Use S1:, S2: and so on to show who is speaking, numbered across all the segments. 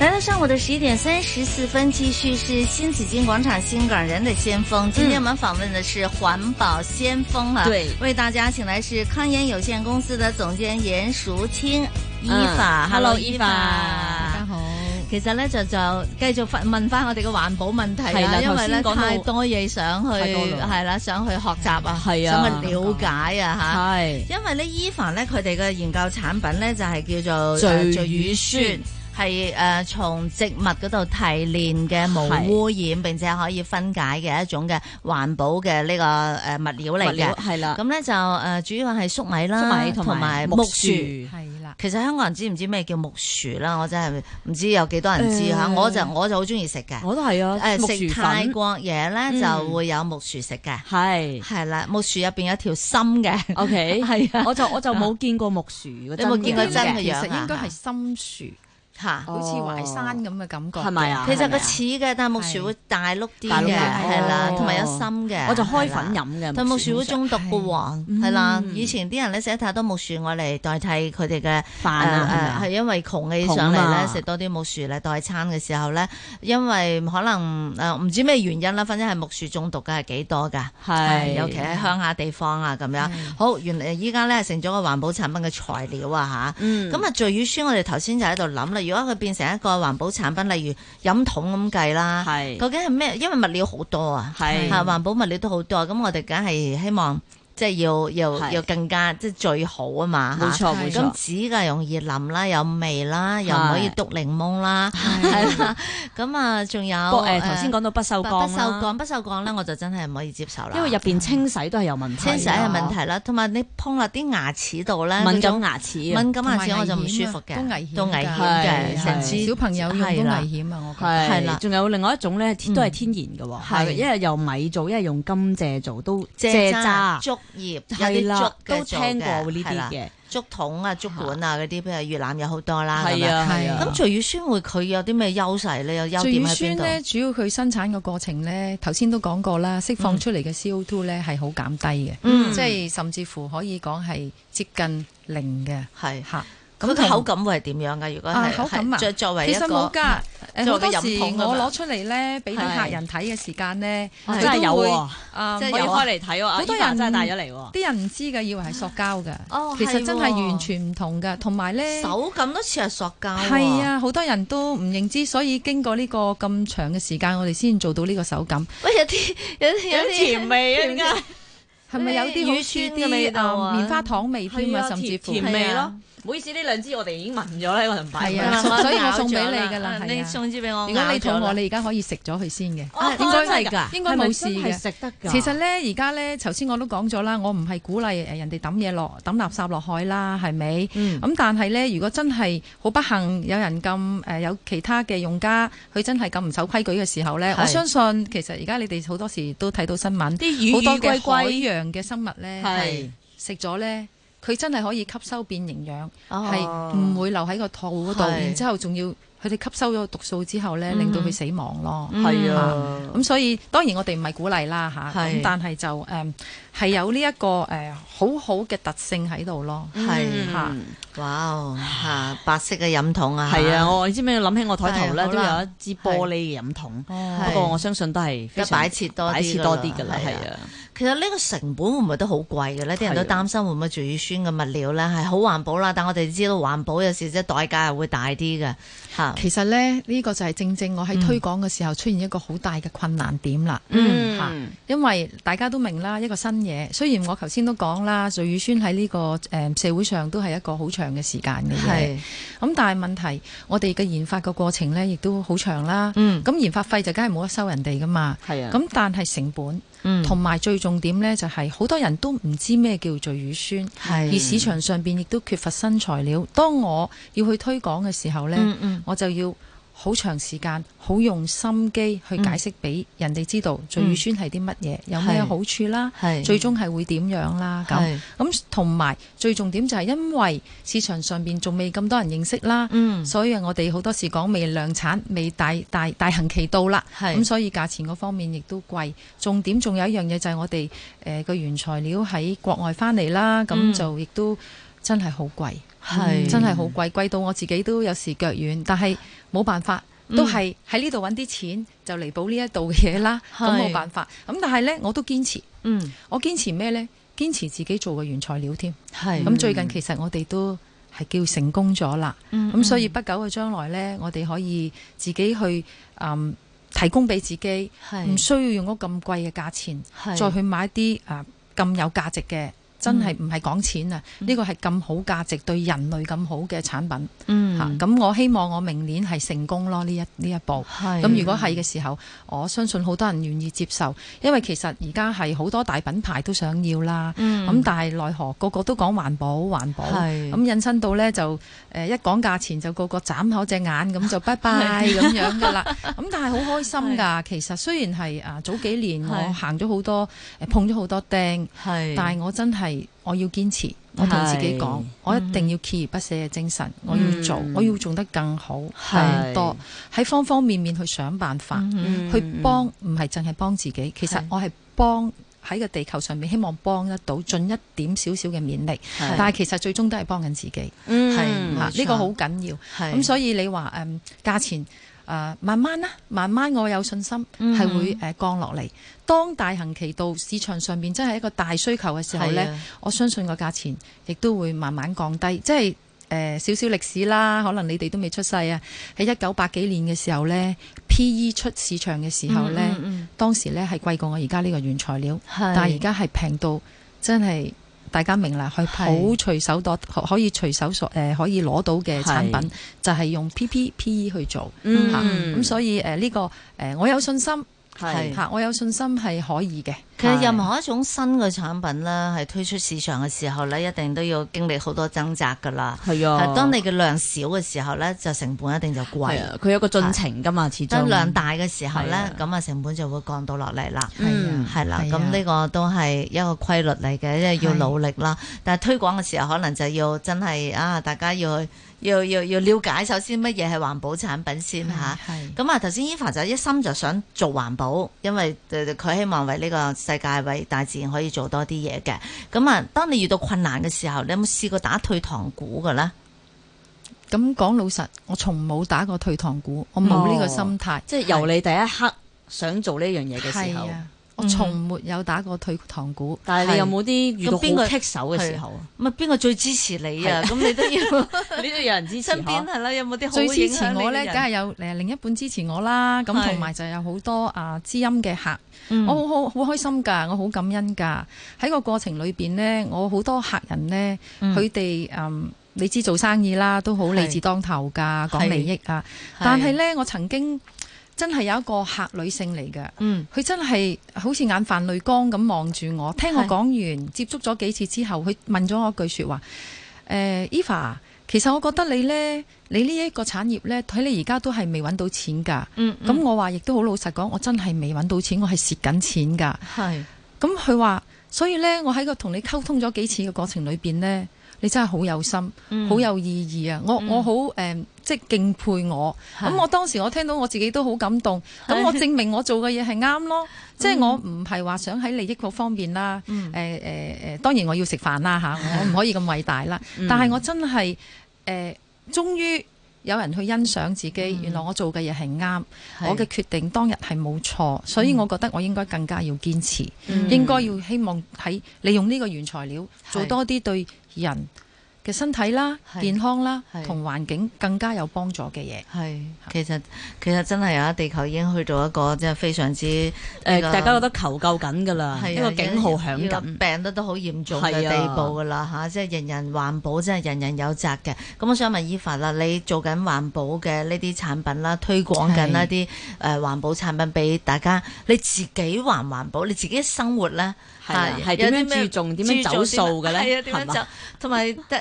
S1: 来到上午的十一点三十四分，继续是新紫金广场新港人的先锋。今天我们访问的是环保先锋啊，
S2: 嗯对
S1: 为大家请来是康研有限公司的总监严淑清伊法
S2: 嗯
S1: Hello
S2: ，Hello
S1: 伊
S2: Eva
S1: 法
S2: 大家好。
S1: 其實咧就就繼續發問翻我哋嘅環保問題
S2: 係
S1: 啦，
S2: 啦
S1: 因為咧
S2: 頭先講到
S1: 太多嘢想去
S2: 太多啦
S1: 係啦，想去學習啊，
S2: 係啊
S1: 想去了解啊吓。
S2: 係
S1: 因為咧伊凡咧佢哋嘅研究產品咧就係叫做
S2: 聚
S1: 呃
S2: 乳
S1: 乳酸。係誒從植物嗰度提煉嘅無
S2: 係
S1: 污染並且可以分解嘅一種嘅環保嘅呢個誒物料嚟
S2: 物料
S1: 嘅，
S2: 係啦，
S1: 咁咧就誒主要係粟米啦，
S2: 粟米同埋
S1: 木
S2: 木
S1: 薯。
S2: 樹。
S3: 係啦，
S1: 其實香港人知唔知咩叫木薯啦？我真係唔知有幾多人知嚇、
S2: 誒
S1: 我就我就好中意食嘅。
S2: 我都係啊，
S1: 誒
S2: 木
S1: 食
S2: 薯
S1: 泰
S2: 粉
S1: 國嘢咧
S2: 嗯
S1: 就會有木薯食嘅，
S2: 係
S1: 係啦，木薯入邊有條心嘅，
S2: 哦 OK，
S1: 係啊
S2: 我就我就冇見過木薯，你
S1: 你有冇見過真嘅
S3: 其
S1: 樣
S3: 實
S1: 啊
S3: 應該係深樹，
S1: 嚇。
S2: 哦
S3: 好似淮山咁嘅感覺。
S2: 係咪 啊
S1: 其實佢似嘅，但係木薯會大碌啲
S2: 大
S1: 嘅，
S2: 碌啲
S1: 係啦，
S2: 哦
S1: 同埋有心嘅。
S2: 我就開粉
S1: 係啦。
S2: 飲嘅。
S1: 但木薯會中毒嘅喎，
S2: 嗯
S1: 係啦。以前啲人咧食太多木薯，我嚟代替佢哋嘅
S2: 飯啊，係
S1: 誒誒係
S2: 咪
S1: 因為窮起上嚟
S2: 窮
S1: 咧，
S2: 啊
S1: 食多啲木薯咧代餐嘅時候咧，因為可能誒唔知咩原因啦，反正係木薯中毒嘅係幾多㗎？
S2: 係
S1: 尤其喺鄉下地方啊咁樣。好，原來依家咧係成咗個環保產品嘅材料啊
S2: 嗯
S1: 吓，咁啊，聚乳酸我哋頭先就喺度諗啦，如果佢變成一個環保產品，例如飲筒咁計啦，
S2: 係
S1: 究竟係咩？因為物料好多啊，
S2: 係
S1: 嚇環保物料都好多，咁我哋梗係希望即係要要
S2: 係
S1: 要更加即係最好啊嘛嚇
S2: 冇錯
S3: 係
S2: 冇
S1: 咁
S2: 錯，
S1: 紙嘅容易淋啦，有味啦，又唔可以篤檸檬啦，係啦。咁啊，仲有
S2: 不過誒頭先
S1: 講
S2: 講到不鏽
S1: 不鏽
S2: 鋼啦
S1: 鋼，不鏽鋼咧，我就真係唔可以接受啦。
S2: 因為入邊清洗都係有問題，
S1: 清洗嘅問，題啦，同埋你碰落啲牙齒度咧，
S2: 敏
S1: 嗰種
S2: 感牙齒啊，
S1: 敏感牙齒我就唔舒服嘅，
S3: 同埋危險啊
S1: 都危
S3: 都危
S1: 險
S3: 險㗎
S1: 嘅，
S2: 係
S1: 成
S2: 係
S1: 支
S3: 小朋友用都
S1: 係
S3: 危
S1: 啦
S3: 險啊！我覺得
S2: 係
S1: 係啦
S2: 仲有另外一種咧，都係天然嘅喎，
S1: 係
S2: 係一係由米做，一係用甘蔗做，都
S1: 蔗渣、
S2: 渣。
S1: 竹葉，有
S2: 係
S1: 啲
S2: 啦，
S1: 竹嘅
S2: 都
S1: 做
S2: 聽過呢
S1: 係啦
S2: 啲嘅，
S1: 竹筒啊、竹管啊嗰啲，譬如越南有好多啦。咁樣
S2: 係啊，
S3: 係
S2: 係
S3: 啊
S2: 啊。
S1: 咁聚乳酸會佢有啲咩優勢咧？有優
S3: 聚
S1: 點
S3: 乳
S1: 喺邊
S3: 酸
S1: 度？
S3: 咧，主要佢生產嘅過程咧，頭先都講過啦，釋放出嚟嘅 CO2 咧係好減低嘅，
S1: 嗯
S3: 即係甚至乎可以講係接近零嘅
S1: 係。
S3: 嚇。
S1: 佢嘅
S3: 同
S1: 口感會係點樣㗎？如果係
S3: 啊口感啊
S1: 係作作為一
S3: 其
S1: 個
S3: 實冇㗎，誒
S1: 作為一
S3: 好
S1: 個
S3: 多
S1: 飲
S3: 時
S1: 筒㗎嘛
S3: 我攞出嚟咧，俾啲
S2: 係
S3: 客人睇嘅時間咧，
S2: 啊
S3: 佢
S2: 真係
S3: 都
S2: 有
S3: 會
S2: 喎，
S3: 啊
S2: 即係
S3: 我
S2: 有
S3: 要
S2: 開嚟睇喎，好
S3: 好多
S2: 多
S3: 人
S2: 人真係帶咗嚟喎，
S3: 啲人唔知嘅，以為係塑膠嘅，
S1: 哦
S3: 其
S1: 係
S3: 實真係
S1: 喎
S3: 完全唔同嘅。同埋咧，
S1: 手感都似係塑膠喎。
S3: 係啊，好多人都唔認知，所以經過呢個咁長嘅時間，我哋先做到呢個手感。
S1: 喂，有啲有啲有啲
S2: 甜味啊，點解
S3: 係咪有啲
S1: 乳
S3: 好
S1: 酸
S3: 似
S1: 嘅味
S3: 啲
S1: 道啊
S3: 啊棉花糖味添
S2: 係
S3: 啊，
S2: 啊
S3: 甚至乎
S2: 甜
S1: 係
S2: 味
S1: 啊
S2: 咯。唔好意思，呢兩支我哋已經聞咗啦，我唔擺
S3: 係
S2: 埋
S3: 啊
S2: 啦。
S3: 所以我
S1: 咬咗
S3: 送俾你㗎啦
S1: 啊
S3: 係啊
S1: 你送支俾我。
S3: 如果你肚餓，
S1: 你
S3: 你而家可以食咗佢先嘅。
S1: 啊應該係㗎
S3: 應該冇事嘅
S2: 係咪真係食得㗎。
S3: 其實咧，而家咧，頭先我都講咗啦，我唔係鼓勵誒人哋抌嘢落抌垃圾落海啦，係咪？
S2: 嗯
S3: 咁但係咧，如果真係好不幸有人咁誒、呃有其他嘅用家，佢真係咁唔守規矩嘅時候咧，
S1: 係
S3: 我相信其實而家你哋好多時都睇到新聞，
S2: 啲
S3: 好
S2: 魚魚龜
S3: 多嘅海
S2: 龜
S3: 洋嘅生物咧
S2: 係
S3: 食咗咧，佢真係可以吸收變營養，係
S1: 哦
S3: 唔會留喺個肚嗰度，
S1: 係
S3: 然之後仲要佢哋吸收咗毒素之後咧，令到佢死亡咯。
S2: 係
S3: 啊
S2: 啊，
S3: 咁所以當然我哋唔係鼓勵啦嚇，
S1: 係
S3: 咁但係就誒係、有呢、一個誒、好好嘅特性喺度咯。
S1: 係
S3: 嚇
S2: 嗯
S1: 哇哦嚇白色嘅飲筒啊，
S2: 係啊，我你知唔知諗起我台頭
S1: 係
S2: 咧
S1: 好
S2: 都
S1: 啦
S2: 有一支玻璃嘅飲筒，
S3: 哦
S1: 係
S2: 不過我相信都係
S1: 而
S2: 非
S1: 家
S2: 常
S1: 擺設多啲，
S2: 擺設多啲㗎啦，係
S1: 係啊。
S2: 啊，
S1: 其實呢個成本會唔會都好貴嘅咧？啲人都
S2: 係啊
S1: 擔心會唔會聚乳酸嘅物料咧係好環保啦，但我哋知道環保有時即係代價係會大啲嘅嚇。啦。
S3: 其實咧，呢、個就係正正我喺推廣嘅時候出現一個好大嘅困難點啦。
S2: 嗯
S3: 嚇因為大家都明啦，一個新嘢。雖然我頭先都講啦，瑞宇酸喺呢個誒社會上都係一個好長嘅時間嘅嘢。
S1: 係，
S3: 咁但係問題，我哋嘅研發嘅過程呢亦都好長啦。
S1: 嗯，
S3: 咁研發費就梗係冇得收人哋噶嘛。
S2: 係啊，
S3: 咁但係成本，
S1: 嗯，
S3: 同埋最重點呢，就係好多人都唔知咩叫聚乳酸，
S1: 係
S3: 而市場上邊亦都缺乏新材料。當我要去推廣嘅時候呢，
S1: 嗯嗯
S3: 我就要好長時間、好用心機去
S1: 嗯
S3: 解釋俾人哋知道聚乳酸係啲乜嘢，有咩
S1: 係
S3: 好處啦，
S1: 嗯係
S3: 最終係會點樣啦咁。
S1: 係
S3: 咁同埋最重點就係因為市場上邊仲未咁多人認識啦，
S1: 嗯
S3: 所以我哋好多時講未量產、未大大大行其道啦。
S1: 係
S3: 咁所以價錢嗰方面亦都貴。重點仲有一樣嘢就係我哋誒個原材料喺國外翻嚟啦，咁、
S1: 嗯
S3: 就亦都真係好貴，嗯
S1: 係
S3: 真係好貴，貴到我自己都有時腳軟，但係冇辦法。
S1: 嗯
S3: 都係喺呢度揾啲錢就彌補呢一度嘅嘢啦，咁
S1: 係
S3: 冇辦法。咁但係呢，我都堅持，
S1: 嗯
S3: 我堅持咩呢？堅持自己做嘅原材料添。
S1: 係
S3: 咁最近其實我哋都係叫成功咗啦。
S1: 嗯
S3: 咁所以不久嘅將來呢，我哋可以自己去嗯提供俾自己，
S1: 係
S3: 唔需要用嗰咁貴嘅價錢，
S1: 嗯係
S3: 再去買一啲啊咁有價值嘅，真係
S1: 嗯
S3: 唔係講錢啊！呢個係咁好價值對人類咁好嘅產品
S1: 嗯
S3: 嚇。咁我希望我明年係成功咯，呢一呢一步。
S1: 係
S3: 咁如果係嘅時候，我相信好多人願意接受，因為其實而家係好多大品牌都想要啦。
S1: 嗯
S3: 咁、但係奈何個個都講環保，環保。
S1: 係
S3: 咁引申到呢，就誒、呃一講價錢就個個斬口隻眼咁就拜拜咁樣噶啦。咁但係好開心㗎，其實雖然係啊早幾年
S1: 係
S3: 我行咗好多誒碰咗好多釘，
S1: 係
S3: 但係我真係我要堅持，我同自己講
S2: 係，
S3: 我一定要鍥而不捨嘅精神，我要做，
S2: 嗯
S3: 我要做得更好
S2: 係
S3: 更多，喺方方面面去想辦法。
S1: 嗯
S3: 去幫唔係淨係幫自己，其實
S1: 係
S3: 我係幫喺個地球上面，希望幫得到盡一點少少嘅勉力，
S2: 係
S3: 但係其實最終都係幫緊自己，
S2: 嗯
S1: 係
S3: 嚇
S1: 冇錯
S3: 啊呢個好緊要。
S1: 係
S3: 咁所以你話誒、嗯、價錢誒、呃慢慢啦，慢慢我有信心
S1: 嗯
S3: 係會誒、呃降落嚟。當大行其道，市場上面真係一個大需求嘅時候
S1: 係
S3: 呢
S1: 啊，
S3: 我相信個價錢亦都會慢慢降低，即係。誒少少歷史啦，可能你哋都未出世啊！喺一九八幾年嘅時候呢 p e 出市場嘅時候呢，
S1: 嗯
S3: 當時呢係貴過我而家呢個原材料，
S1: 係
S3: 但係而家係平到真係大家明啦，佢好隨手攞可可以隨手所誒、呃可以攞到嘅產品，就係用 PPPE 去做嚇。
S2: 嗯
S3: 咁、所以誒呢、個誒、呃我有信心
S2: 係啊
S3: 嚇，我有信心係可以嘅。
S1: 其實任何一種新嘅產品啦，係推出市場嘅時候咧，一定都要經歷好多掙扎噶啦。
S2: 係
S3: 哦
S2: 啊，
S1: 係當你嘅量少嘅時候咧，就成本一定就
S2: 係
S1: 貴。
S2: 啊，佢有個進程㗎嘛，始
S1: 當
S2: 終
S1: 量大嘅時候
S2: 係
S1: 咧
S2: 啊，
S1: 咁啊成本就會降到落嚟啦。
S2: 嗯
S1: 係啦，
S3: 係
S1: 咁
S3: 啊
S1: 呢個都係一個規律嚟嘅，因為要
S3: 係
S1: 努力啦。但係推廣嘅時候，可能就要真係啊，大家要去要要要了解首先乜嘢係環保產品先嚇。
S3: 係
S1: 咁啊，頭先 Eva 就一心就想做環保，因為呃佢希望為呢個世界、為大自然可以做多啲嘢嘅。咁啊，當你遇到困難嘅時候，你有冇試過打退堂鼓嘅咧？
S3: 咁講老實，我從冇打過退堂鼓，我冇呢個
S2: 哦
S3: 心態。
S2: 即係由你第一刻想做呢樣嘢嘅時
S3: 係
S2: 候，
S3: 啊，我從沒有打過退堂鼓。
S2: 但係你有冇啲遇到
S1: 咁邊個
S2: 好棘手嘅時候啊？
S1: 咁啊，邊個最支持你啊？咁你都 要
S2: 呢度有人支持
S1: 身邊
S2: 嗬
S1: 係啦，有冇啲好
S3: 最支
S1: 影
S3: 持
S1: 響你
S3: 我
S1: 嘅
S3: 咧，
S1: 人
S3: 梗係有誒另一半支持我啦。咁
S1: 係
S3: 同埋就有好多啊知音嘅客，
S1: 嗯
S3: 我好好好開心㗎，我好感恩㗎。喺個過程裏邊呢，我好多客人呢，
S1: 嗯
S3: 佢哋嗯。你知做生意啦，都好理智當頭㗎，講利益啊。但係呢，我曾經真係有一個客女性嚟嘅，
S1: 嗯
S3: 佢真係好似眼泛淚光咁望住我，聽我
S1: 係
S3: 講完，接觸咗幾次之後，佢問咗我一句説話：誒、e v a 其實我覺得你呢，你呢一個產業呢，睇你而家都係未揾到錢㗎。
S1: 嗯
S3: 咁我話亦都好老實講，我真係未揾到錢，我係蝕緊錢㗎。
S1: 係
S3: 咁佢話，所以呢，我喺個同你溝通咗幾次嘅過程裏邊呢，你真係好有心，好、
S1: 嗯
S3: 有意義啊！我、
S1: 嗯
S3: 我好誒、嗯即係敬佩我。
S1: 係
S3: 咁我當時我聽到我自己都好感動，咁我證明我做嘅嘢係啱 咯，即係我
S1: 嗯
S3: 唔係話想喺利益嗰方面啦，誒誒誒，當然我要食飯啦嚇，我唔可以咁偉大啦，
S1: 嗯
S3: 但係我真係誒、呃，終於有人去欣賞自己，
S1: 嗯
S3: 原來我做嘅嘢係啱，
S1: 係嗯
S3: 我嘅決定當日係冇錯，所以我覺得我應該更加要堅持，
S2: 嗯
S3: 應該要希望喺利用呢個原材料做多啲對人。嘅身體啦、
S1: 係
S3: 健康啦
S1: 係
S3: 同環境更加有幫助嘅 嘢。
S1: 係，其實其實真係啊，地球已經去到一個即係非常之
S2: 诶，
S1: 呢個
S2: 呃大家覺得求救緊㗎啦，
S1: 啊係
S2: 呢
S1: 啊
S2: 個警號響
S1: 已經
S2: 緊。
S1: 病得都好嚴重嘅
S2: 係啊
S1: 地步噶啦吓，即係人人環保，即係人人有責嘅。咁我想問依法啦，你做緊環保嘅呢啲產品啦，推廣緊
S3: 係
S1: 一啲誒環保產品俾大家，你自己環唔環保？你自己生活咧
S2: 係啊
S1: 嚇
S2: 係點樣
S1: 有啲咩
S2: 注重點樣
S1: 注重
S2: 走數嘅咧
S1: 係啊，點
S2: 係
S1: 樣
S2: 嘛
S1: 走？同埋得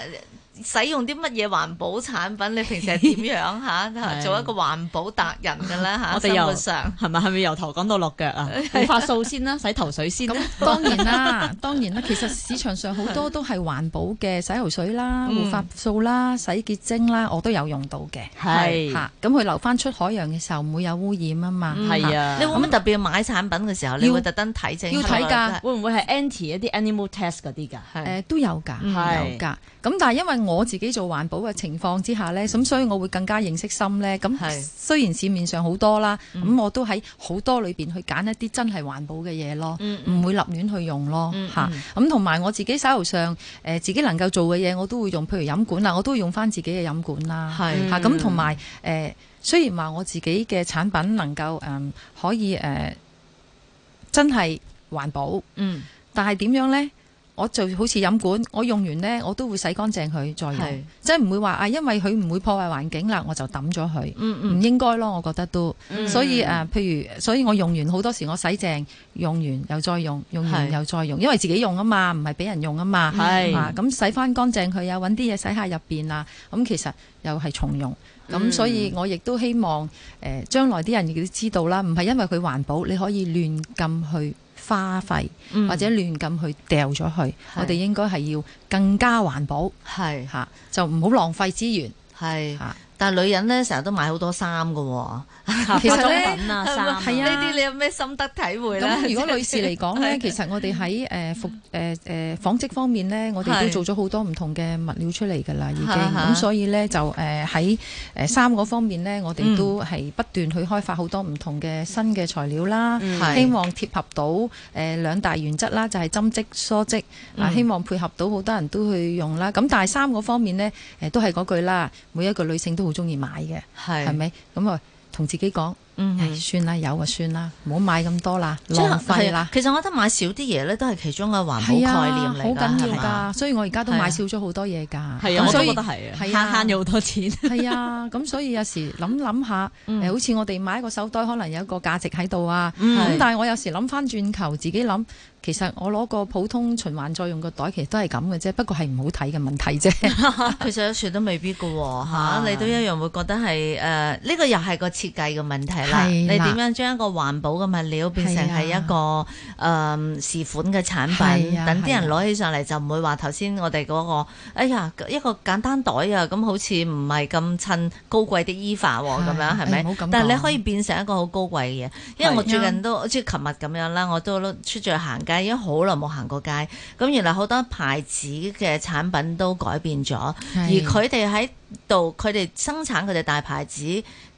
S1: 使用啲乜嘢環保產品？你平 時係點樣嚇
S2: 係
S1: 做一個環保達人嘅咧嚇？
S2: 我哋
S1: 生活
S2: 又
S1: 上
S2: 係咪係咪由頭講到落腳啊？ 護髮素先啦，洗頭水先啦。
S3: 當然啦，當然啦，其實市場上好多都係環保嘅洗頭水啦、
S1: 嗯
S3: 護髮素啦、洗潔精啦，我都有用到嘅。
S2: 係
S3: 嚇，咁佢流翻出海洋嘅時候唔會有污染啊嘛。
S1: 嗯
S2: 係啊
S1: 你會唔會特別買產品嘅時候，你
S3: 要
S1: 會特登睇整？
S3: 要睇㗎
S2: 會唔會係 anti 一啲 animal test 嗰啲㗎？
S3: 誒、
S1: 係
S3: 都有㗎，
S1: 嗯
S3: 有㗎。咁但係因為我自己做環保嘅情況之下呢，咁所以我會更加認識深呢。
S1: 嗯係嗯
S3: 咁雖然市面上好多啦，咁、我都喺好多裏邊去揀一啲真係環保嘅嘢咯，唔、
S1: 嗯嗯
S3: 會立亂去用咯
S1: 嗯
S3: 嚇。咁同埋我自己手頭上誒、呃自己能夠做嘅嘢，我都會用，譬如飲管啦，啊我都會用翻自己嘅飲管啦。
S1: 係
S3: 嚇咁同埋誒，雖然話我自己嘅產品能夠誒、嗯可以誒、呃真係環保。
S1: 嗯
S3: 但係點樣呢？我就好似飲管，我用完呢，我都會洗乾淨佢再
S1: 係
S3: 用，即係唔會話啊，因為佢唔會破壞環境啦，我就抌咗佢，
S1: 嗯
S3: 唔
S1: 嗯
S3: 應該咯，我覺得都。
S2: 嗯
S3: 所以誒、呃譬如，所以我用完好多時，我洗淨，用完又再用，用完
S1: 係
S3: 又再用，因為自己用啊嘛，唔係俾人用啊嘛。
S2: 係
S3: 啊，咁洗翻乾淨佢啊，揾啲嘢洗下入邊啊，咁其實又係重用。咁、
S2: 嗯
S3: 所以我亦都希望誒、呃、將來啲人亦都知道啦，唔係因為佢環保，你可以亂咁去花費。
S1: 嗯，
S3: 或者亂咁去掉咗佢，我哋
S1: 係
S3: 應該係要更加環保
S1: 係
S3: 嚇，就唔好浪費資源
S1: 係，
S3: 嚇。
S1: 但係女人咧成日都買好多衫㗎喎，
S3: 其
S2: 化
S3: 實呢
S2: 妝品啊，
S1: 係
S2: 衫
S1: 咪
S2: 啊
S3: 係啊
S1: 呢啲你有咩心得體會咧？
S3: 咁如果女士嚟講呢，
S1: 係
S3: 其實我哋喺誒服誒誒紡織方面呢，我哋
S1: 係
S3: 都做咗好多唔同嘅物料出嚟㗎啦，已經。
S1: 哈哈
S3: 咁所以呢，就誒喺誒衫嗰方面呢，我哋
S1: 嗯
S3: 都係不斷去開發好多唔同嘅新嘅材料啦。
S2: 嗯
S1: 係
S3: 希望貼合到誒、呃、兩大原則啦，就係、針織、梳織啊，
S1: 嗯
S3: 希望配合到好多人都去用啦。咁但係衫嗰方面呢，誒、都係嗰句啦，每一個女性都好中意買嘅，
S1: 係
S3: 係咪？咁啊，同自己講，
S1: 嗯
S3: 唉，算啦，有啊，算啦，唔好買咁多啦，
S1: 即係
S3: 浪費啦
S1: 係。其實我覺得買少啲嘢咧，都係其中嘅環保概
S3: 係
S1: 念
S3: 啊，
S1: 嚟
S3: 好緊
S1: 係
S3: 要
S1: 嘛
S3: 㗎，所以我而家都
S1: 係啊
S3: 買少咗好多嘢
S2: 係
S3: 㗎。
S2: 啊，
S3: 咁
S2: 我都
S3: 所以
S2: 覺得係啊，
S3: 係啊
S2: 慳慳咗好多錢。
S3: 係啊，咁所以有時諗諗下，
S1: 嗯
S3: 誒好似我哋買一個手袋，可能有一個價值喺度啊。
S2: 嗯
S3: 咁
S1: 係
S3: 但係我有時諗翻轉頭，自己諗，其實我攞個普通循環再用嘅袋，其實都係咁嘅啫，不過係唔好睇嘅問題啫。
S1: 其實有時都未必㗎喎嚇
S2: 啊，
S1: 你都一樣會覺得係誒呢個又係個設計嘅問題啦。你
S3: 係
S1: 點
S3: 啦啊
S1: 樣將一個環保嘅物料變成係一個誒時款嘅產品
S3: 係，啊
S1: 等啲人
S3: 係
S1: 攞起上嚟就唔會話頭先我哋嗰個哎呀一個簡單袋啊，咁好似唔係咁襯高貴啲衣服喎咁樣
S3: 係哎
S1: 係咪
S3: 唔好咁講？
S1: 但係你可以變成一個好高貴嘅嘢，因為我
S3: 係啊
S1: 最近都好似琴日咁樣啦，我都出咗去行街，因為好耐冇行過街，咁原來好多牌子嘅產品都改變咗。 而佢哋喺度，佢哋生產佢哋大牌子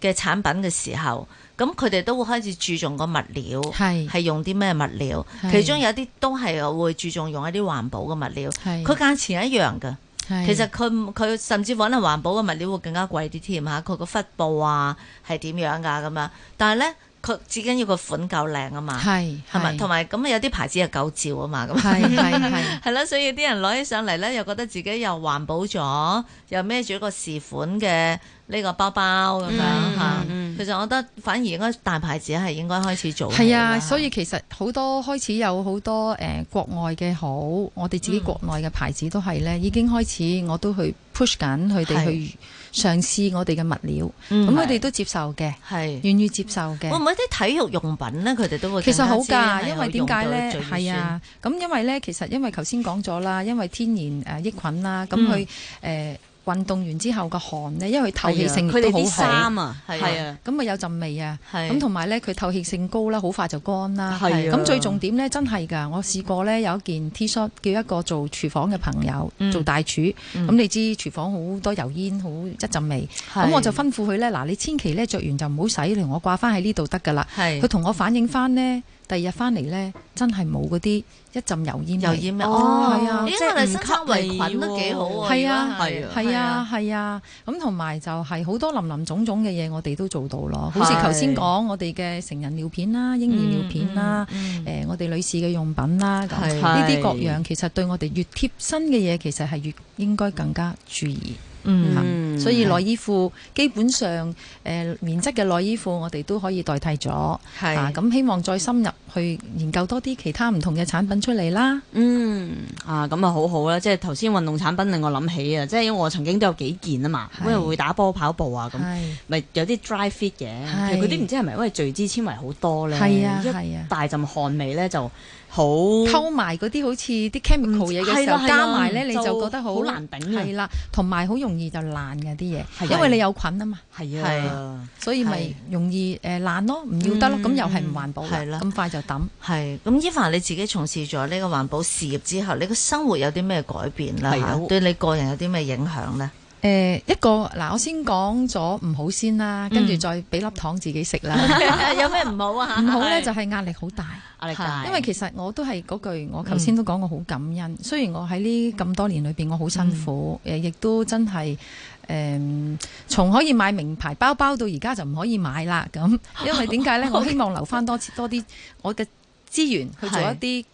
S1: 嘅產品嘅時候，咁佢哋都會開始注重個物料。
S3: 係
S1: 係用啲咩物料？
S3: 係
S1: 其中有啲都係會注重用一啲環保嘅物料，
S3: 係
S1: 佢價錢一樣嘅。
S3: 係
S1: 其實佢唔佢甚至可能環保嘅物料會更加貴啲添嚇，佢個忽布啊係點樣㗎咁樣？但係咧，佢至緊要個款夠靚啊嘛，
S3: 係
S1: 係咪？同
S3: 埋
S1: 埋咁有啲牌子係夠照啊嘛咁。
S3: 係係係
S1: 係啦，所以啲人攞起上嚟咧，又覺得自己又環保咗，又孭住一個時款嘅呢個包包咁樣
S2: 嗯
S1: 嚇
S2: 嗯。嗯
S1: 其實我覺得反而應該大牌子係應該開始做起啦。
S3: 係啊，所以其實好多開始有好多誒、呃、國外嘅好，我哋自己
S1: 嗯
S3: 國內嘅牌子都係咧，已經開始我都去 push 緊佢哋去嘗試我哋嘅物料，
S1: 嗯
S3: 咁佢哋都接受嘅，
S1: 係
S3: 願意接受嘅
S1: 會。唔會啲體育用品咧，佢哋都會
S3: 其實好
S1: 更加
S3: 㗎，
S1: 知係
S3: 因為點解咧？係啊，咁因為咧，其實因為頭先講咗啦，因為天然誒益菌啦，
S1: 嗯
S3: 咁佢誒運動完之後嘅汗咧，因為佢
S2: 啊
S3: 透
S1: 啊
S3: 氣性
S2: 佢哋
S3: 都
S2: 啲
S3: 好好，
S2: 衫啊，
S1: 係啊
S2: 係啊，
S3: 咁啊有陣味啊，
S1: 有用到最少，
S3: 咁同埋咧佢透氣性高啦，好快就乾啦。
S2: 係啊。
S3: 咁最重點咧，真係㗎！我試過咧有一件 T 恤，叫一個做廚房嘅朋友、
S1: 嗯
S3: 做大廚。咁、
S1: 嗯
S3: 你知廚房好多油煙，好一陣味。
S1: 係
S3: 咁我就吩咐佢咧，嗱，你千祈咧着完就唔好洗，嚟我掛翻喺呢度得㗎啦。
S1: 係
S3: 佢同我反映翻呢，第二日翻嚟咧，真係冇嗰啲一陣油煙味
S1: 油煙味
S3: 哦，係啊
S1: 因，為
S2: 即係
S1: 我哋
S2: 唔
S1: 生
S2: 吸
S1: 產
S2: 味
S1: 維菌都
S2: 喎
S1: 幾好喎，
S3: 係啊
S1: 如果係
S3: 係啊，係啊，咁同埋就係好多林林種種嘅嘢，我哋都做到咯。
S1: 係
S3: 好似頭先講，我哋嘅成人尿片啦、嬰兒尿片啦，
S1: 嗯嗯
S3: 誒，呃我哋女士嘅用品啦，咁
S1: 係
S3: 呢啲各樣其實對我哋越貼身嘅嘢，其實係越應該更加注意。
S1: 嗯
S2: 嗯
S3: 所以內衣褲基本上誒、呃棉質嘅內衣褲，我哋都可以代替咗。啊，
S1: 係
S3: 咁希望再深入去研究多啲其他唔同嘅產品出嚟啦。
S2: 嗯啊，咁啊好好啦，即係頭先運動產品令我諗起啊，即係因為我曾經都有幾件啊嘛，
S3: 係
S2: 因為會打波跑步啊咁，
S3: 係
S2: 咪有啲 dry fit 嘅，其實
S3: 係
S2: 佢啲唔知係咪因為聚酯纖維好多咧，
S3: 係啊
S2: 一
S3: 係啊，
S2: 大陣汗味咧就好
S3: 溝埋嗰啲好似啲 chemical 嘢嘅時
S2: 係啦係啦
S3: 候加埋咧，你
S2: 就
S3: 就覺得好
S2: 好難頂啊
S3: 係啦，同埋好容易就爛嘅啲嘢，
S2: 係
S3: 因為你有菌啊嘛，
S2: 係
S1: 係
S2: 啊，
S3: 所以咪容易誒爛咯，唔要得咯，咁
S1: 嗯
S3: 又係唔環保啦，
S1: 係啦
S3: 咁快就抌。
S1: 係咁，Eva 你自己從事咗呢個環保事業之後，你個生活有啲咩改變啦？
S2: 係啊
S1: 嚇對你個人有啲咩影響咧？
S3: 誒、一個嗱，我先講咗唔好先啦，跟住
S1: 嗯
S3: 再俾粒糖自己食 啦。
S1: 有咩唔好啊
S3: 唔好咧就係壓力好大，
S2: 壓力大，
S3: 因為其實我都係嗰句，我頭先都講過好感恩。雖然我喺呢咁多年裏邊，我好辛苦，
S1: 嗯
S3: 誒、亦都真係誒、嗯從可以買名牌包包到而家就唔可以買啦。 咁因為點解咧？我希望留翻多次多啲我嘅資源去做一
S1: 係
S3: 啲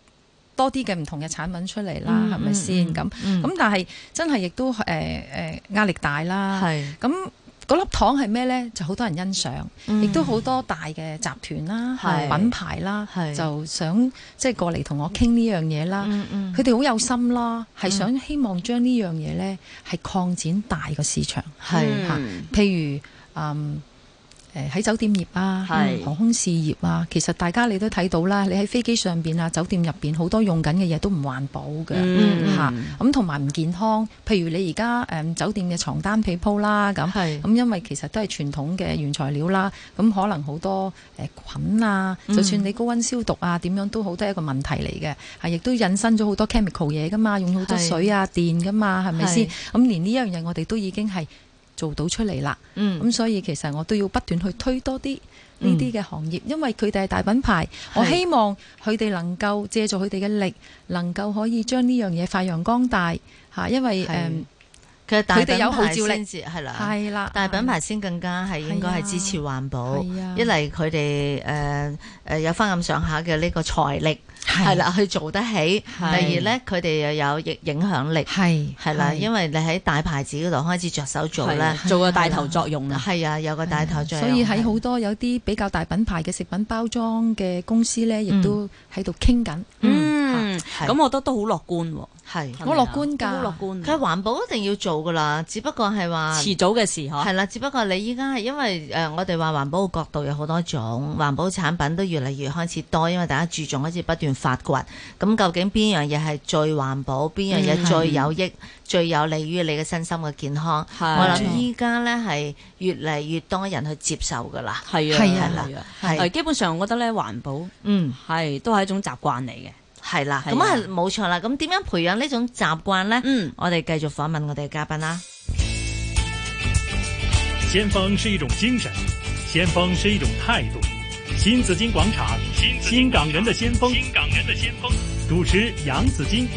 S3: 多啲嘅唔同嘅產品出嚟啦
S1: 嗯，
S3: 係咪先咁？咁、
S1: 嗯
S3: 但係真係亦都誒誒壓力大啦。
S1: 係
S3: 咁嗰粒糖係咩呢？就好多人欣賞，
S1: 嗯
S3: 亦都好多大嘅集團啦、
S1: 係
S3: 品牌啦
S1: 係，
S3: 就想即係過嚟同我傾呢樣嘢啦。
S1: 嗯嗯
S3: 佢哋好有心啦，係想希望將呢樣嘢呢係擴展大個市場，
S1: 係
S3: 嚇
S2: 嗯
S3: 譬如嗯誒喺酒店業啊、
S2: 係
S3: 航空事業啊，其實大家你都睇到啦，你喺飛機上邊啊、酒店入邊好多用緊嘅嘢都唔環保嘅。
S2: 嗯
S3: 嚇咁同埋唔健康，譬如你而家誒酒店嘅床單被鋪啦，咁
S1: 係
S3: 咁因為其實都係傳統嘅原材料啦，咁可能好多誒菌啊，
S1: 嗯
S3: 就算你高温消毒啊，點樣都好都係一個問題嚟嘅，啊係亦都引申咗好多 chemical 嘢噶嘛，用好多
S1: 係
S3: 水啊、電噶嘛，係咪先
S1: 係？
S3: 咁連呢一樣嘢我哋都已經係做到出嚟啦，
S1: 嗯
S3: 咁所以其實我都要不斷去推多啲。呢啲嘅行業，因為佢哋係大品牌，
S1: 係
S3: 我希望佢哋能夠借助佢哋嘅力，能夠可以將呢樣嘢發揚光大嚇，因為
S1: 係
S3: 誒
S1: 其實大
S3: 佢哋
S1: 品
S3: 有號
S1: 牌
S3: 召力
S1: 先至係啦。
S3: 係啦，
S1: 大品牌先更加係應該係支持環保，
S3: 係啊
S1: 一嚟佢哋誒誒有翻咁上下嘅呢個財力係
S3: 係
S1: 啦，去做得起；第
S2: 係
S1: 二咧，佢哋又有影影響力
S3: 係
S1: 係啦，因
S3: 為
S1: 為你喺大牌子嗰度開始着手做
S2: 係啊
S1: 咧，
S2: 做個帶頭作用啊，
S1: 係啊，有個帶頭作
S3: 嗯所
S1: 用
S3: 以喺好多有啲比較大品牌嘅食品包裝嘅公司
S1: 嗯
S3: 呢，亦都喺度傾 緊，
S2: 嗯，
S1: 係
S2: 咁我嗯覺得都好樂觀喎，啊
S1: 係
S3: 好樂觀㗎
S2: 好樂觀，
S1: 佢環保一定要做噶啦，只不過係話哦
S2: 遲早嘅事嗬。
S1: 係啦，只不過你依家係因為誒、呃我哋話環保嘅角度有好多種，環保產品都越嚟越開始多，因為大家注重開始不斷發掘。咁究竟邊樣嘢係最環保，邊樣嘢最有益、最有利於你嘅身心嘅健康？
S2: 係
S1: 我諗依家呢係越嚟越多人去接受噶啦。
S2: 係啊，
S3: 係
S2: 係
S3: 啊
S2: 啊，係啊。誒，
S1: 係，
S2: 基本上我覺得咧，環保
S1: 嗯，
S2: 係都係一種習慣嚟嘅。
S1: 係啦，
S2: 係
S1: 咁
S2: 啊
S1: 係冇錯啦。咁點樣培養呢種習慣呢？
S2: 嗯，
S1: 我哋繼續訪問我哋嘅嘉賓啦。
S4: 先鋒是一种精神，先鋒是一种态度。新紫金广场，新新港人的先锋，新港人的先锋。主持杨紫金。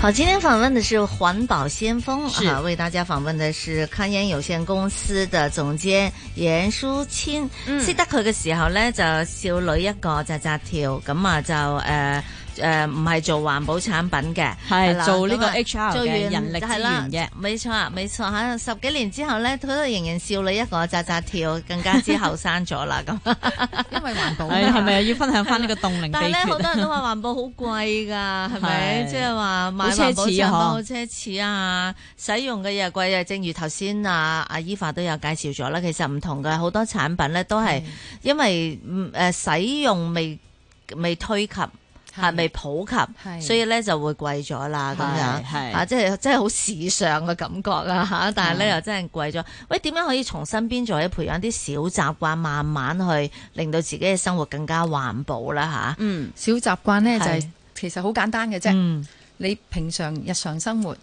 S1: 好，今天訪問的是環保先鋒
S2: 是
S1: 啊，為大家訪問的是康源有限公司的總監嚴淑清。識得佢嘅時候呢，就少女一個扎扎跳，咁啊就誒誒唔係做環保產品嘅，
S2: 係
S1: 啦
S2: 做呢個
S1: 咁啊
S2: HR
S1: 做完
S2: 嘅人力資
S1: 係啦
S2: 源嘅。
S1: 冇錯啊，冇錯啊！十幾年之後呢，佢都仍然少女一個扎扎跳，更加之後生咗啦咁。
S3: 因為環保。
S2: 係係咪啊要分享翻呢個凍齡秘訣？
S1: 但係咧，好多人都話環保好貴 㗎，係咪？
S2: 啊係
S1: 即係話買
S2: 好奢侈啊
S1: 環保產品
S2: 嗬
S1: 好奢侈啊，使用嘅嘢貴啊。正如頭先啊阿 Eva 都有介紹咗啦，其實唔同嘅好多產品咧都
S2: 嗯
S1: 係因為誒、呃使用未未推及係未普及，
S3: 係
S1: 所以咧就會貴咗啦咁樣。
S2: 係
S1: 啊，即係真係好時尚嘅感覺 啦嚇，但係咧
S2: 嗯
S1: 又真係貴咗。喂，點樣可以從身邊做起，培養啲小習慣，慢慢去令到自己嘅生活更加環保啦
S2: 嗯
S3: 小習慣呢，就係
S1: 係
S3: 其實好簡單嘅
S1: 吓，
S3: 啫，
S1: 嗯，
S3: 你平常日常生活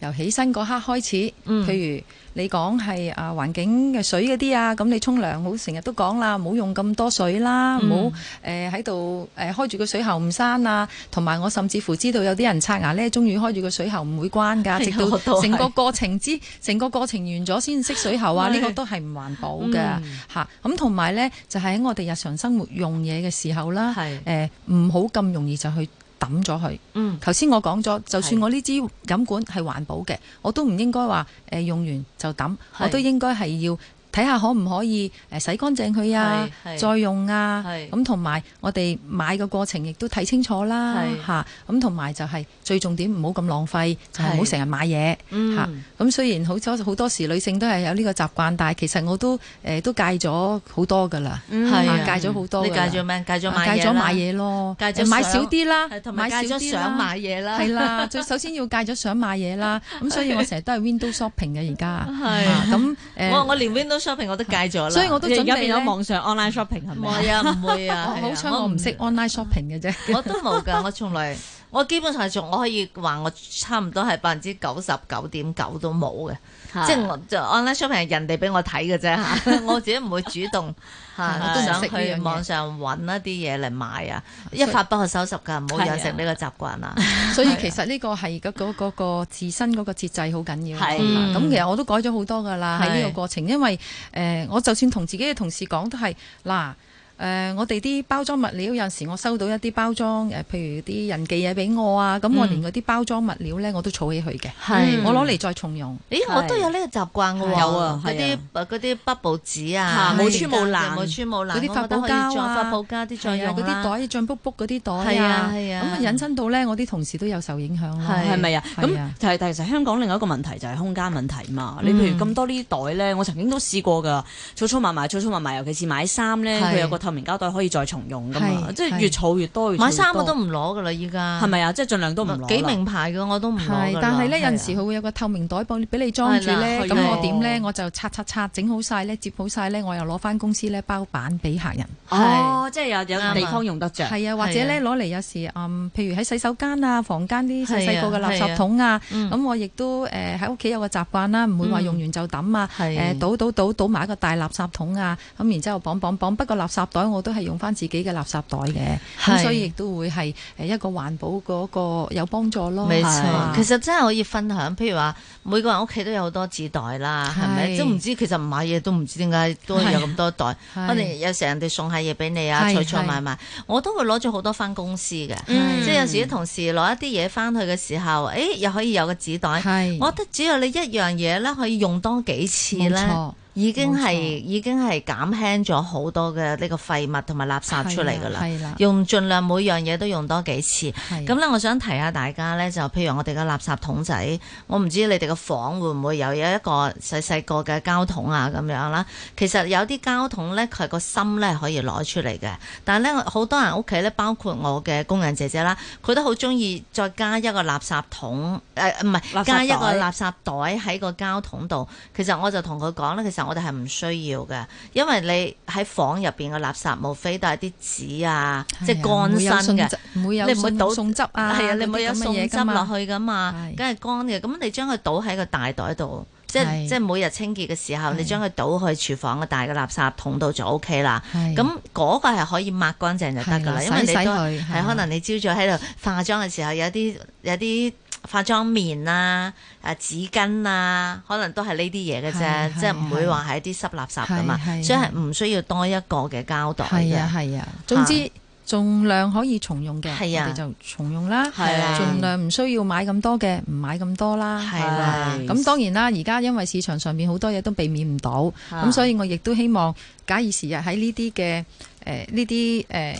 S3: 由起身嗰刻開始，
S1: 嗯
S3: 譬如你講係啊環境嘅水嗰啲啊，咁你沖涼好成日都講啦，唔好用咁多水啦，啊
S2: 嗯
S3: 唔好誒呃喺度誒開住個水喉唔閂啊，同埋我甚至乎知道有啲人刷牙咧，終於開住個水喉唔會關㗎，
S1: 係
S3: 直
S1: 我都
S3: 到
S1: 係
S3: 成個過程之成個過程完咗先熄水喉啊，呢個都係唔環保嘅
S1: 嗯
S3: 嚇。咁同埋咧就係喺我哋日常生活用嘢嘅時候啦，
S1: 係
S3: 誒唔好咁容易就去抌咗佢。
S1: 嗯
S3: 頭先我講咗，就算
S1: 係
S3: 我呢支飲管係環保嘅，我都唔應該話誒、呃用完就抌，
S1: 係
S3: 我都應該係要睇下可唔可以誒、呃洗乾淨佢啊，
S1: 係係
S3: 再用啊
S1: 係，
S3: 咁同埋我哋買嘅過程亦都睇清楚啦
S1: 係
S3: 嚇，咁同埋就係、最重點唔好咁浪費，就係唔好
S1: 係
S3: 成日買嘢。
S1: 嗯
S3: 嚇咁雖然好多好多時女性都係有呢個習慣，但係其實我都誒、呃都戒咗好多㗎啦，
S2: 嗯
S1: 係啊
S3: 嚇戒咗好多
S1: 你
S3: 㗎
S1: 戒
S3: 啦。啊
S1: 咗咩？戒咗買嘢
S3: 戒
S1: 啦
S3: 咗買，嘢咯，
S1: 戒咗
S3: 誒買
S1: 想
S3: 少啲啦
S1: 係，同埋
S3: 買
S1: 戒
S3: 少
S1: 咗
S3: 啲
S1: 想
S3: 啦。
S1: 買嘢啦，
S3: 係啦，最首先要戒咗想買 嘢啦，咁所以我成日都係 window shopping 嘅而家，
S1: 係
S3: 啊咁
S1: 我
S3: 誒，
S1: 我連 window shopping 我都戒咗啦，
S3: 所以我都準
S2: 嗯而家
S3: 備
S2: 變咗
S3: 咧，
S2: 網上 online shopping 係
S1: 唔
S2: 咪啊？
S1: 會啊，唔會啊，係啊
S3: 好彩我唔識 online shopping 嘅啫，
S1: 我都冇噶，我從 來我基本上係從我可以話我差唔多係百分之九十九點九都冇嘅，
S3: 啊
S1: 即係我就 online shopping 係人哋俾我睇嘅啫 嚇，我自己唔會主動 嚇
S3: 我都唔
S1: 想
S3: 識呢
S1: 去
S3: 樣嘢
S1: 網上揾一啲嘢嚟買啊，一發不可收拾㗎，唔好養
S3: 啊
S1: 成呢個習慣啊啦。
S3: 所以其實呢個係嗰嗰嗰個自身嗰個節制好緊要。
S2: 係
S3: 啊
S1: 嗯
S3: 咁其實我都改咗好多噶啦，喺呢
S1: 係
S3: 個過程，因為誒我就算同自己嘅同事講都係嗱。誒、我哋啲包裝物料有陣時，我收到一啲包裝誒、呃譬如啲人寄嘢俾我啊，咁我連嗰啲包裝物料咧，我都儲起佢嘅，
S1: 嗯係
S3: 我攞嚟再重用。
S1: 咦，我都有呢個習慣嘅喎，
S2: 有啊
S1: 嗰
S2: 係
S1: 啲呃
S2: 啊
S1: 嗰啲北部紙啊，
S3: 嚇冇
S1: 係
S2: 穿冇爛
S1: 冇穿冇爛，
S3: 嗰啲發泡膠
S1: 我
S3: 啊
S1: 覺得可以再發泡膠啲再
S3: 係啊
S1: 用
S3: 嗰
S1: 啦
S3: 啲袋漲卜卜嗰啲袋
S1: 係啊
S3: 啊，
S1: 係啊
S3: 咁啊引申到咧，我啲同事都有受影響咯。
S1: 係
S2: 係咪啊？咁
S3: 係啊
S2: 就係，但係其實香港另外一個問題就係空間問題嘛。你譬如咁多呢啲袋咧，我曾經都試過㗎，儲儲埋埋，儲儲埋埋，尤其是買衫咧，
S3: 係
S2: 佢有個透明膠袋可以再重用㗎嘛，
S3: 係
S2: 即係
S3: 係
S2: 越儲越多，越
S1: 買衫我都
S2: 唔
S1: 唔攞㗎啦，依家
S2: 係咪啊？即係盡量都唔攞啦。
S1: 幾名牌嘅我都唔攞㗎
S3: 係
S1: 啦
S3: 但係咧有陣
S1: 啊
S3: 時佢會有個透明袋幫俾你裝住咧，
S1: 係啦啊
S3: 咁
S1: 係
S3: 我點咧？我就拆拆拆，整好晒咧，摺好晒咧，我又攞翻公司咧包板俾客人。
S2: 哦，即係有有
S1: 啱啊
S2: 地方用得着。
S3: 係啊，或者咧攞嚟有時嗯，譬如喺洗手間啊、房間啲細細個嘅垃圾桶啊，
S1: 嗯
S3: 咁我亦都誒喺屋企有個習慣啦，唔會話用完就抌啊，
S1: 係
S3: 誒倒倒倒倒埋一個大垃圾桶啊，咁然之後綁綁綁，不過垃圾袋我都係用翻自己嘅垃圾袋嘅，
S1: 係
S3: 咁所以亦都會係誒一個環保嗰個有幫助咯。
S1: 冇
S2: 係
S1: 錯，其實真係可以分享，譬如話每個人屋企都有好多紙袋啦，係咪？
S3: 係
S1: 都唔知其實唔買嘢都唔知點解都有咁多袋。
S3: 係
S1: 可能有時人哋送下嘢俾你啊，
S3: 係
S1: 儲儲埋埋，我都會攞咗好多翻公司嘅。
S2: 嗯
S1: 即係有時啲同事攞一啲嘢翻去嘅時候，誒又可以有個紙袋。
S3: 係，
S1: 我覺得只要你一樣嘢咧，可以用多幾次
S3: 冇
S1: 咧，
S3: 錯。
S1: 已經係
S3: 冇錯
S1: 已經係減輕咗好多嘅呢個廢物同埋垃圾出嚟㗎啦。
S3: 係啦，啊
S1: 用盡量每樣嘢都用多幾次。
S3: 係
S1: 咁咧，我想提下大家咧，就譬如我哋嘅垃圾桶仔，我唔知你哋嘅房會唔會有有一個細細個嘅膠桶啊咁樣啦。其實有啲膠桶咧，佢個心咧係可以攞出嚟嘅，但係咧好多人屋企咧，包括我嘅工人姐姐啦，佢都好中意再加一個垃圾桶，誒唔
S2: 垃
S1: 係
S2: 圾
S1: 加一個
S2: 袋
S1: 垃圾袋喺個膠桶度。其實我就同佢講咧，其實我哋係唔需要嘅，因為你喺房入邊嘅垃圾，無非都係啲紙啊，即係乾身嘅。，
S3: 唔會有
S1: 你唔會
S3: 餸
S1: 倒
S3: 餸汁啊，
S1: 係啊，你唔
S3: 嗰
S1: 會
S3: 啲
S1: 有
S3: 咁嘅
S1: 餸
S3: 嘢
S1: 汁落
S3: 㗎嘛。
S1: 去噶嘛，
S3: 係
S1: 梗係乾嘅。咁你將佢倒喺個大袋度，即係
S3: 係
S1: 即係每日清潔嘅時候，
S3: 係
S1: 你將佢倒去廚房嘅大嘅垃圾桶度就 O K 啦。
S3: 係
S1: 咁嗰個係可以抹乾淨就得㗎啦，因為
S3: 洗洗
S1: 你都
S3: 佢係啊
S1: 係可能你朝早喺度化妝嘅時候，有啲有啲化妝棉啊、誒紙巾啊，可能都係呢啲嘢嘅啫
S3: 係，
S1: 即係唔會
S3: 係
S1: 話係啲濕垃圾㗎嘛，
S3: 係係
S1: 所以係唔需要多一個嘅膠袋
S3: 係
S1: 嘅
S3: 啊。係啊，總之。盡量可以重用嘅，
S1: 係啊
S3: 我哋就重用啦。
S2: 係啊
S3: 盡量唔需要買咁多嘅，唔買咁多啦。
S1: 係啦
S2: 係
S3: 咁當然啦，而家因為市場上面好多嘢都避免唔到，
S1: 啊
S3: 咁所以我亦都希望，假以時日喺呢啲嘅誒呢啲誒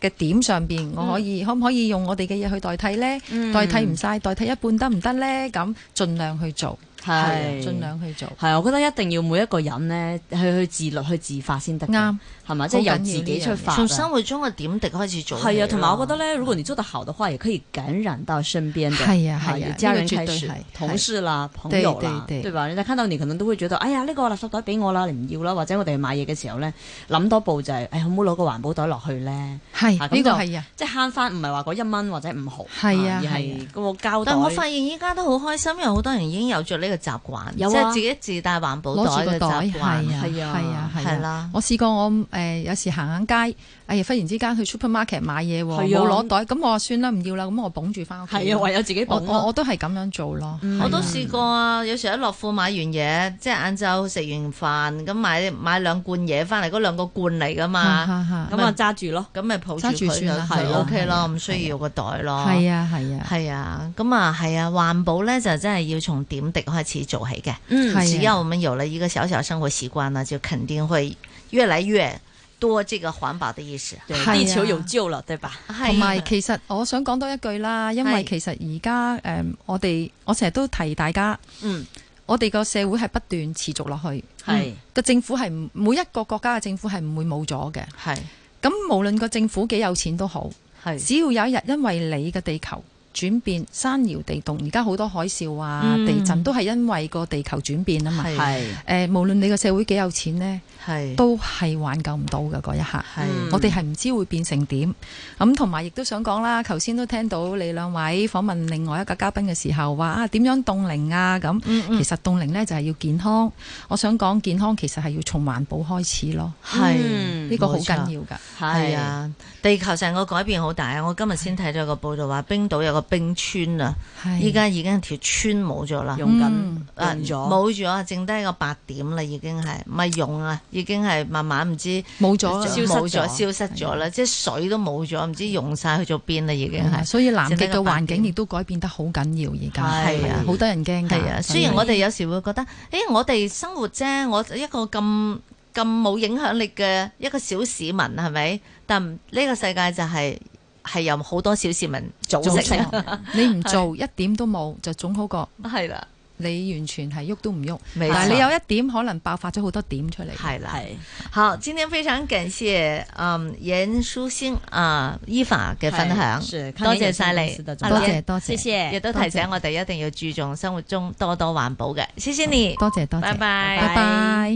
S3: 嘅點上邊，我可以、可唔可以用我哋嘅嘢去代替呢？代替唔晒，代替一半得唔得呢？咁盡量去做。
S2: 係
S3: 啊盡量去做。
S2: 係，我覺得一定要每一個人咧，去去自律、去自發先得嘅。
S3: 啱
S2: 係嘛？即係由
S3: 好緊要
S2: 自己
S3: 呢樣
S2: 出
S3: 嘢
S2: 發啊。
S1: 從生活中嘅點滴開始做。
S2: 係啊，同埋我覺得，咧，如果你做得好的話，也可以感染到身邊的，
S3: 係啊
S2: 哈
S3: 係啊
S2: 由家人
S3: 呢個
S2: 開
S3: 絕對
S2: 始
S3: 係，
S2: 同事啦、朋友啦，
S3: 對對對
S2: 對吧？人家看到你可能都會覺得，哎呀，呢個垃圾袋俾我啦，你唔要啦，或者我哋去買嘢嘅時候咧，諗多步就係，哎，好唔好攞個環保袋落去咧？
S3: 係
S2: 啊咁
S3: 呢個
S2: 就
S3: 係啊，
S2: 即係慳翻，唔係話嗰一蚊或者五毫，
S3: 係啊
S2: 而
S3: 係
S2: 係
S3: 啊
S2: 嗰個膠袋。
S1: 但我發現依家都好開心，因為好多人已經有咗呢個習慣，
S2: 有啊
S1: 即係自己自帶環保
S3: 攞住
S1: 袋
S3: 個
S1: 嘅
S3: 袋
S1: 習
S3: 係
S1: 慣
S3: 啊。係
S2: 係啊
S3: 啊係
S1: 係
S3: 啦。
S1: 啦，
S3: 我試過我誒、呃有時行緊街，哎呀忽然之間去 supermarket 買嘢喎，
S2: 係
S3: 冇
S2: 啊
S3: 攞袋，咁我話算啦唔要啦，咁我捧住翻屋企。
S2: 係啊，唯有自己
S3: 我
S2: 捧
S3: 我
S2: 咯。
S3: 我都係咁樣做咯，
S2: 嗯
S3: 係啊
S1: 我都試過啊！有時喺樂富買完嘢，即係晏晝食完飯咁買買兩罐嘢翻嚟，嗰兩個罐嚟噶嘛，
S3: 啊
S2: 咁啊揸住咯，
S1: 嗯咁咪抱住
S3: 揸住
S1: 佢
S3: 算啦
S1: 就
S3: 係
S1: 就
S3: 啊
S1: OK
S3: 係啊
S1: 咯，唔需要個袋咯。
S3: 係啊係啊，
S1: 係啊，咁啊，係啊，環保咧就真係要從點滴開始做起嘅。
S2: 嗯
S3: 係啊
S1: 只要我們有了一個小小生活習慣呢，就肯定會越來越多這個環保的意識。
S2: 對
S3: 係啊
S2: 地球有救了，對吧？
S1: 係啊
S3: 同埋其實我想講多一句啦，因為
S1: 係
S3: 其實而家誒我哋我成日都提大家，
S2: 嗯，
S3: 我哋個社會係不斷持續落去，嗯
S2: 係
S3: 個政府係唔每一個國家嘅政府係唔會冇咗嘅。
S1: 係
S3: 咁無論個政府幾有錢都好，
S1: 係
S3: 只要有一日因為你嘅地球轉變，山搖地動，而家好多海嘯啊、
S1: 嗯
S3: 地震都係因為個地球轉變啊嘛。
S1: 係
S2: 係
S3: 誒、無論你個社會幾有錢呢，
S1: 係嗯
S3: 都係挽救唔到嘅嗰一刻。
S2: 嗯
S3: 我哋係唔知會變成點，咁同埋亦都想講啦。頭先都聽到你兩位訪問另外一個嘉賓嘅時候，話啊點樣凍齡啊咁。
S1: 嗯
S3: 其實凍齡呢就係要健康，我想講健康其實係要從環保開始咯，
S1: 係
S2: 嗯
S3: 呢個好緊要㗎。
S1: 係，啊！地球成個改變好大啊！我今日先睇咗個報道話，冰島有個冰川啊，
S3: 係
S1: 依家已經條村冇咗啦。
S2: 用緊
S3: 嗯
S1: 啊
S2: 用咗。
S1: 冇咗，剩低個白點啦，已經係咪用啊？已經係慢慢唔知
S3: 冇咗啦
S2: 消失咗
S1: 消失咗、消失咗啦，即係水都冇咗，唔知用晒去咗邊啦，已經係。
S3: 嗯所以南極
S1: 剩低
S3: 嘅
S1: 個白
S3: 環境
S1: 點
S3: 亦都改變得好緊要，而家
S1: 係啊
S3: 好多人驚㗎。
S1: 係啊，雖然我哋有時會覺得，誒、我哋生活啫，我一個咁咁冇影響力嘅一個小市民係咪？但唔呢個世界就係、係由好多小市民組
S3: 做
S1: 成，
S2: 啊
S3: 錯你唔做一點都冇，就總好過
S1: 係啦，
S3: 你完全係喐都唔喐。
S1: 沒
S3: 但係你
S1: 錯
S3: 有一點可能爆發咗好多點出嚟。
S1: 係啦。
S2: 係
S1: 好，今天非常感謝嗯嚴淑欣啊 Eva 嘅分享，
S2: 是
S1: 多謝晒你
S2: 康寧有限公司的總
S1: 阿
S3: 多
S2: 監
S3: 謝
S1: 蓮
S3: 多
S2: 謝
S3: 謝，
S1: 亦
S2: 謝，
S1: 都提醒我哋一定要注重生活中多多環保嘅。謝謝你，
S3: 多謝多謝，
S1: 拜拜
S3: 拜拜。